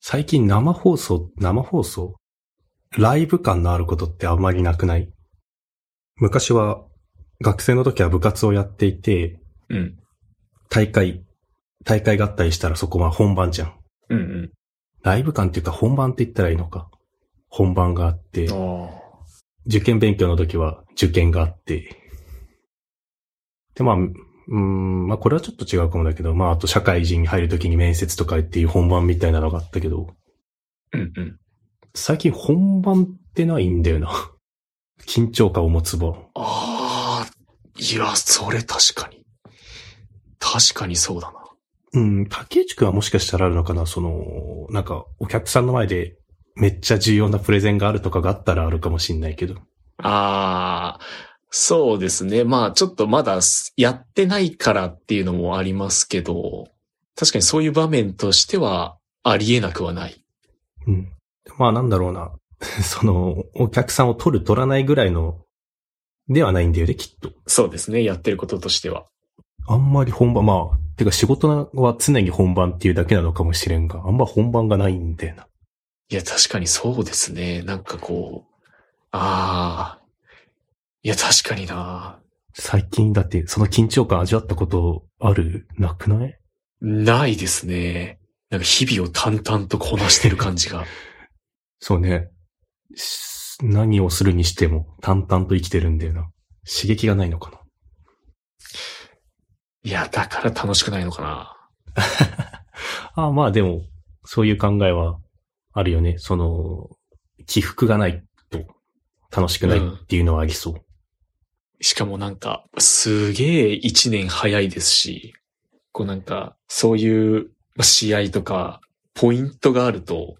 最近生放送、生放送ライブ感のあることってあんまりなくない昔は、学生の時は部活をやっていて、うん。大会、大会があったりしたらそこは本番じゃん。うんうん。ライブ感っていうか本番って言ったらいいのか。本番があって、ああ。受験勉強の時は受験があって。で、まあ、うーん、まあこれはちょっと違うかもだけど、まああと社会人に入る時に面接とかっていう本番みたいなのがあったけど、うんうん。最近本番ってないんだよな。 緊張感を持つ場。ああ。いや、それ確かに。確かにそうだな。うん、竹内くんはもしかしたらあるのかなその、なんかお客さんの前でめっちゃ重要なプレゼンがあるとかがあったらあるかもしんないけど。ああ。そうですね。まあ、ちょっとまだやってないからっていうのもありますけど、確かにそういう場面としてはありえなくはない。うん。まあなんだろうな。 その、お客さんを取る取らないぐらいの、ではないんだよね、きっと。そうですね。やってることとしては。あんまり本番、まあ、てか仕事は常に本番っていうだけなのかもしれんが、あんま本番がないんだよな。いや、確かにそうですね。なんかこう、ああ。いや、確かにな。最近だって、その緊張感味わったことあるなくないないですね。なんか日々を淡々とこなしてる感じが。そうね。し何をするにしても淡々と生きてるんだよな。刺激がないのかな。いや、だから楽しくないのかな。ああ、まあでも、そういう考えはあるよね。その、起伏がないと楽しくないっていうのはありそう。しかもなんか、すげえ一年早いですし、こうなんか、そういう試合とか、ポイントがあると、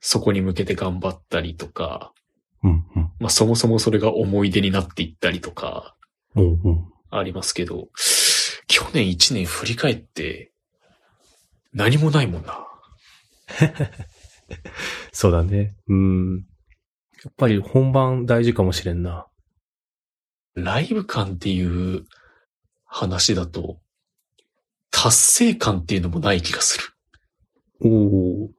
そこに向けて頑張ったりとか、うん、うん。まあそもそもそれが思い出になっていったりとか、うん、うん。ありますけど、去年一年振り返って、何もないもんな。そうだね。うん。やっぱり本番大事かもしれんな。ライブ感っていう話だと、達成感っていうのもない気がする。おお。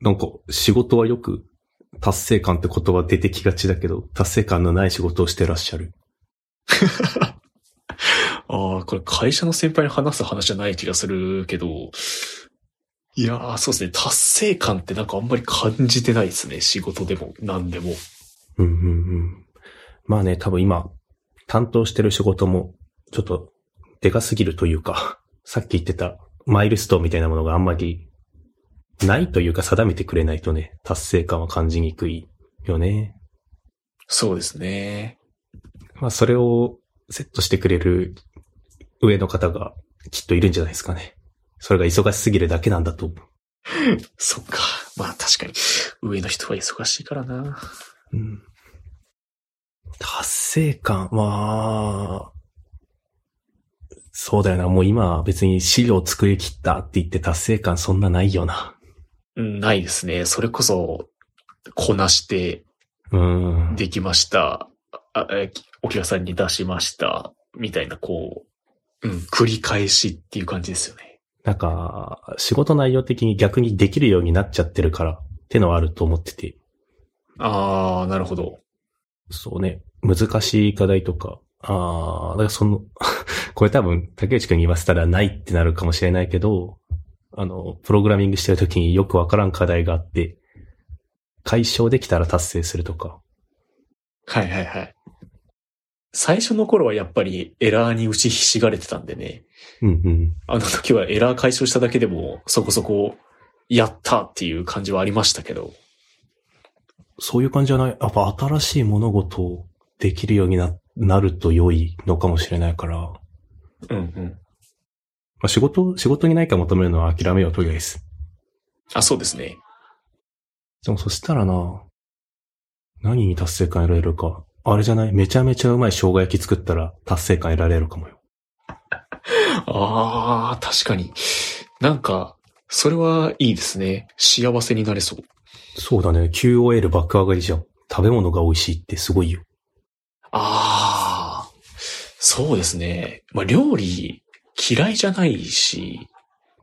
なんか、仕事はよく、達成感って言葉出てきがちだけど、達成感のない仕事をしてらっしゃる。ああ、これ会社の先輩に話す話じゃない気がするけど、いやー、そうですね。達成感ってなんかあんまり感じてないですね。仕事でも何でも。うんうんうん。まあね、多分今、担当してる仕事も、ちょっと、でかすぎるというか、 さっき言ってた、マイルストーンみたいなものがあんまり、ないというか定めてくれないとね、達成感は感じにくいよね。そうですね。まあ、それをセットしてくれる上の方がきっといるんじゃないですかね。それが忙しすぎるだけなんだと思う。そっか。まあ確かに、上の人は忙しいからな。うん、達成感は、そうだよな。もう今別に資料作り切ったって言って達成感そんなないよな。うんないですね。それこそ、こなして、うん。できました。あえお客さんに出しました。みたいな、こう、うん、繰り返しっていう感じですよね。なんか、仕事内容的に逆にできるようになっちゃってるからってのはあると思ってて。ああ、なるほど。そうね、難しい課題とか、ああ、だからその、 これ多分、竹内くんに言わせたらないってなるかもしれないけど、あの、プログラミングしてるときによくわからん課題があって、解消できたら達成するとか。はいはいはい。最初の頃はやっぱりエラーに打ちひしがれてたんでね。うんうん。あの時はエラー解消しただけでもそこそこやったっていう感じはありましたけど。そういう感じじゃないやっぱ新しい物事をできるようにな、なると良いのかもしれないから、まうんうん。あ、仕事、仕事に何か求めるのは諦めようとりあえず。あ、そうですね。でもそしたらな、何に達成感得られるか。あれじゃないめちゃめちゃうまい生姜焼き作ったら達成感得られるかもよ。ああ、確かに。なんか、それはいいですね。幸せになれそう。そうだね。QOL 爆上がりじゃん。食べ物が美味しいってすごいよ。ああ、そうですね。まあ料理嫌いじゃないし、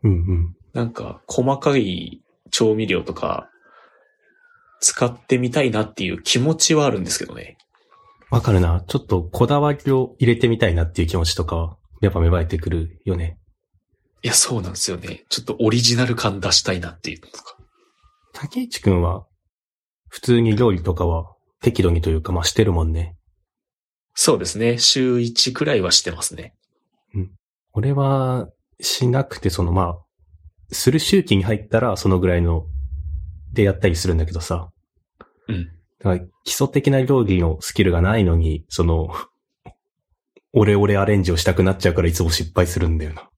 うんうん。なんか細かい調味料とか、使ってみたいなっていう気持ちはあるんですけどね。わかるな。ちょっとこだわりを入れてみたいなっていう気持ちとかは、やっぱ芽生えてくるよね。いや、そうなんですよね。ちょっとオリジナル感出したいなっていうのとか。竹内くんは、普通に料理とかは適度にというか、まあしてるもんね。そうですね。週1くらいはしてますね。俺は、しなくて、そのまあ、する周期に入ったら、そのぐらいの、でやったりするんだけどさ。うん。だから基礎的な料理のスキルがないのに、その、俺俺アレンジをしたくなっちゃうからいつも失敗するんだよな。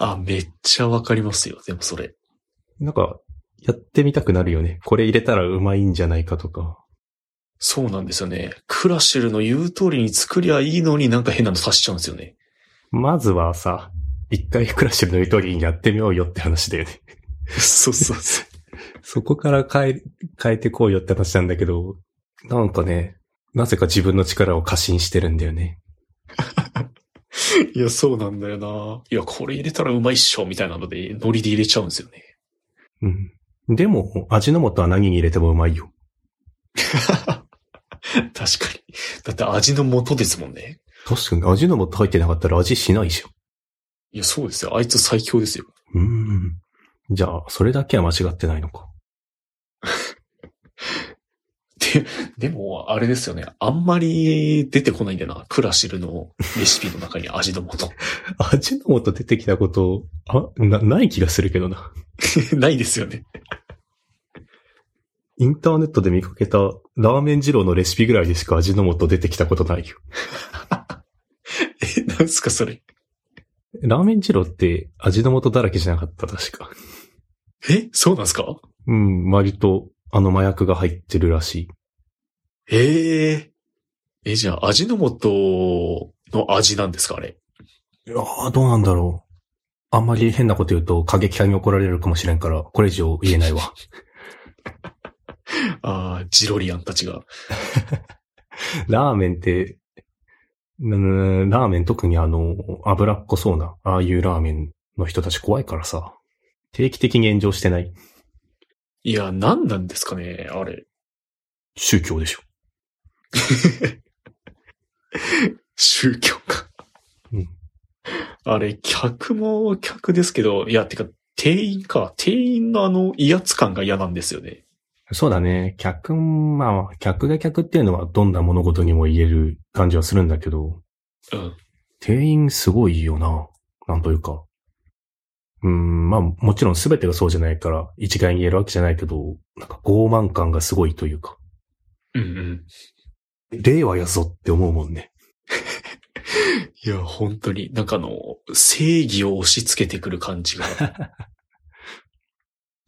あ、めっちゃわかりますよ。でもそれ。なんか、やってみたくなるよね。これ入れたらうまいんじゃないかとか。そうなんですよね。クラシルの言う通りに作りゃいいのになんか変なの足しちゃうんですよね。まずはさ、一回クラッシュの言う通りにやってみようよって話だよね。 そうそうそう。そこから変え、変えてこうよって話なんだけど、なんかね、なぜか自分の力を過信してるんだよね。いや、そうなんだよな。いや、これ入れたらうまいっしょ、みたいなので、ノリで入れちゃうんですよね。うん。でも、味の素は何に入れてもうまいよ。確かに。だって味の素ですもんね。確かに味の素入ってなかったら味しないじいや、そうですよ。あいつ最強ですよ。ゃん。うん。じゃあ、それだけは間違ってないのか。でも、あれですよね。あんまり出てこないんだよな。クラシルのレシピの中に味の素。 味の素出てきたこと、あ、な、ない気がするけどな。ないですよね。インターネットで見かけたラーメン二郎のレシピぐらいでしか味の素出てきたことないよ。え、なんすかそれ。ラーメン二郎って味の素だらけじゃなかった、確か。え、そうなんすかうん、割と、あの麻薬が入ってるらしい。えええ、じゃあ、味の素の味なんですかあれ。いやー、どうなんだろう。あんまり変なこと言うと過激派に怒られるかもしれんから、これ以上言えないわ。ああ、ジロリアンたちが。 ラーメンって、うーんラーメン特にあの、脂っこそうな、ああいうラーメンの人たち怖いからさ。定期的に炎上してないいや、何なんですかねあれ。宗教でしょ。宗教か。うんあれ、客も客ですけど、いや、てか、店員か。店員のあの威圧感が嫌なんですよね。そうだね。客、まあ、客が客っていうのはどんな物事にも言える感じはするんだけど、うん。店員すごいよな。なんというか。うーん、まあ、もちろん全てがそうじゃないから、一概に言えるわけじゃないけど、なんか傲慢感がすごいというか、うんうん。令和やぞって思うもんね。いや、本当に、なんかあの、正義を押し付けてくる感 じが。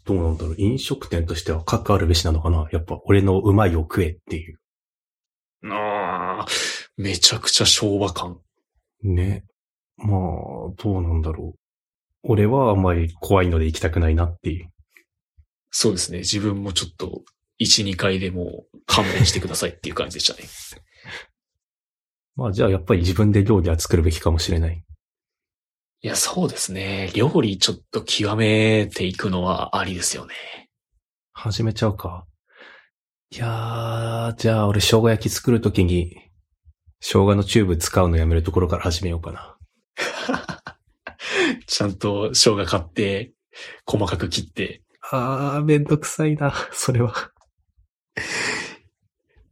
どうなんだろう。飲食店としてはかくあるべしなのかな。やっぱ、俺のうまいを食えっていう。ああ、めちゃくちゃ昭和感。ね。まあ、どうなんだろう。俺はあんまり怖いので行きたくないなっていう。そうですね。自分もちょっと、1、2回でもう勘弁してくださいっていう感じでしたね。まあ、じゃあやっぱり自分で料理は作るべきかもしれない。いや、そうですね。料理ちょっと極めていくのはありですよね。始めちゃうか。いやー、じゃあ俺生姜焼き作るときに、生姜のチューブ使うのやめるところから始めようかな。ちゃんと生姜買って、細かく切って。あー、めんどくさいな、それは。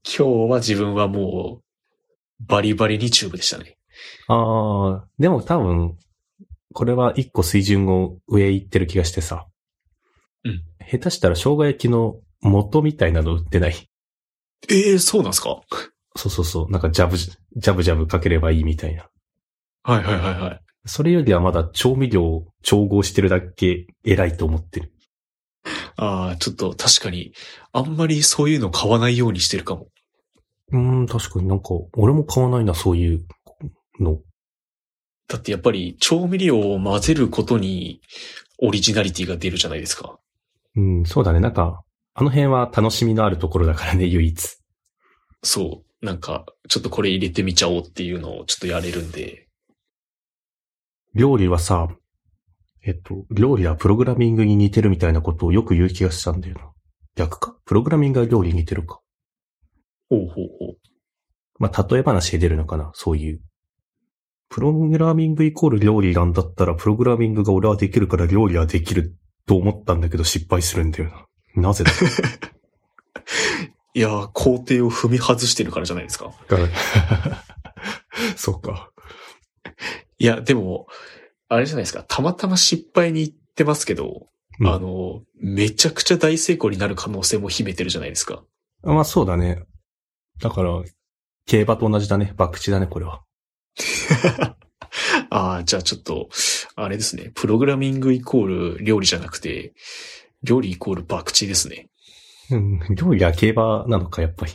今日は自分はもう、バリバリにチューブでしたね。あー、でも多分、これは一個水準を上行ってる気がしてさ。うん。下手したら生姜焼きの元みたいなの売ってない。ええそうなんですかはそうそうそう。なんかジャブ、ジャブジャブかければいいみたいな。いはいはいはい。それよりはまだ調味料を調合してるだけ偉いと思ってる。ああ、ちょっと確かに、あんまりそういうの買わないようにしてるかも。うーん、確かになんか、俺も買わないな、そういうの。だってやっぱり調味料を混ぜることにオリジナリティが出るじゃないですか。うん、そうだね。なんか、あの辺は楽しみのあるところだからね、唯一。そう。なんか、ちょっとこれ入れてみちゃおうっていうのをちょっとやれるんで。料理はさ、えっと、料理はプログラミングに似てるみたいなことをよく言う気がしたんだよな。逆かプログラミングは料理に似てるか。ほうほうほう。まあ、例え話で出るのかなそういう。プログラミングイコール料理なんだったら、プログラミングが俺はできるから料理はできると思ったんだけど失敗するんだよな。な ぜだいやー、工程を踏み外してるからじゃないですか。そうか。いや、でも、あれじゃないですか。たまたま失敗に行ってますけど、うんあの、めちゃくちゃ大成功になる可能性も秘めてるじゃないですか。まあそうだね。だから、競馬と同じだね。博打だね、これは。ああ、じゃあちょっと、あれですね。プログラミングイコール料理じゃなくて、料理イコール博打ですね。うん、料理は競馬なのか、やっぱり。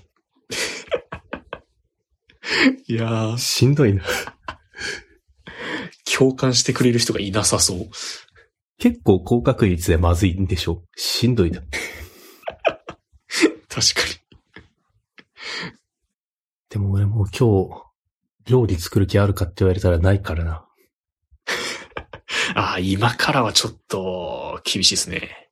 いやー、しんどいな。共感してくれる人がいなさそう。結構高確率でまずいんでしょしんどいな。確かでも俺もう今日、料理作る気あるかって言われたらないからな。に。ああ、今からはちょっと、厳しいですね。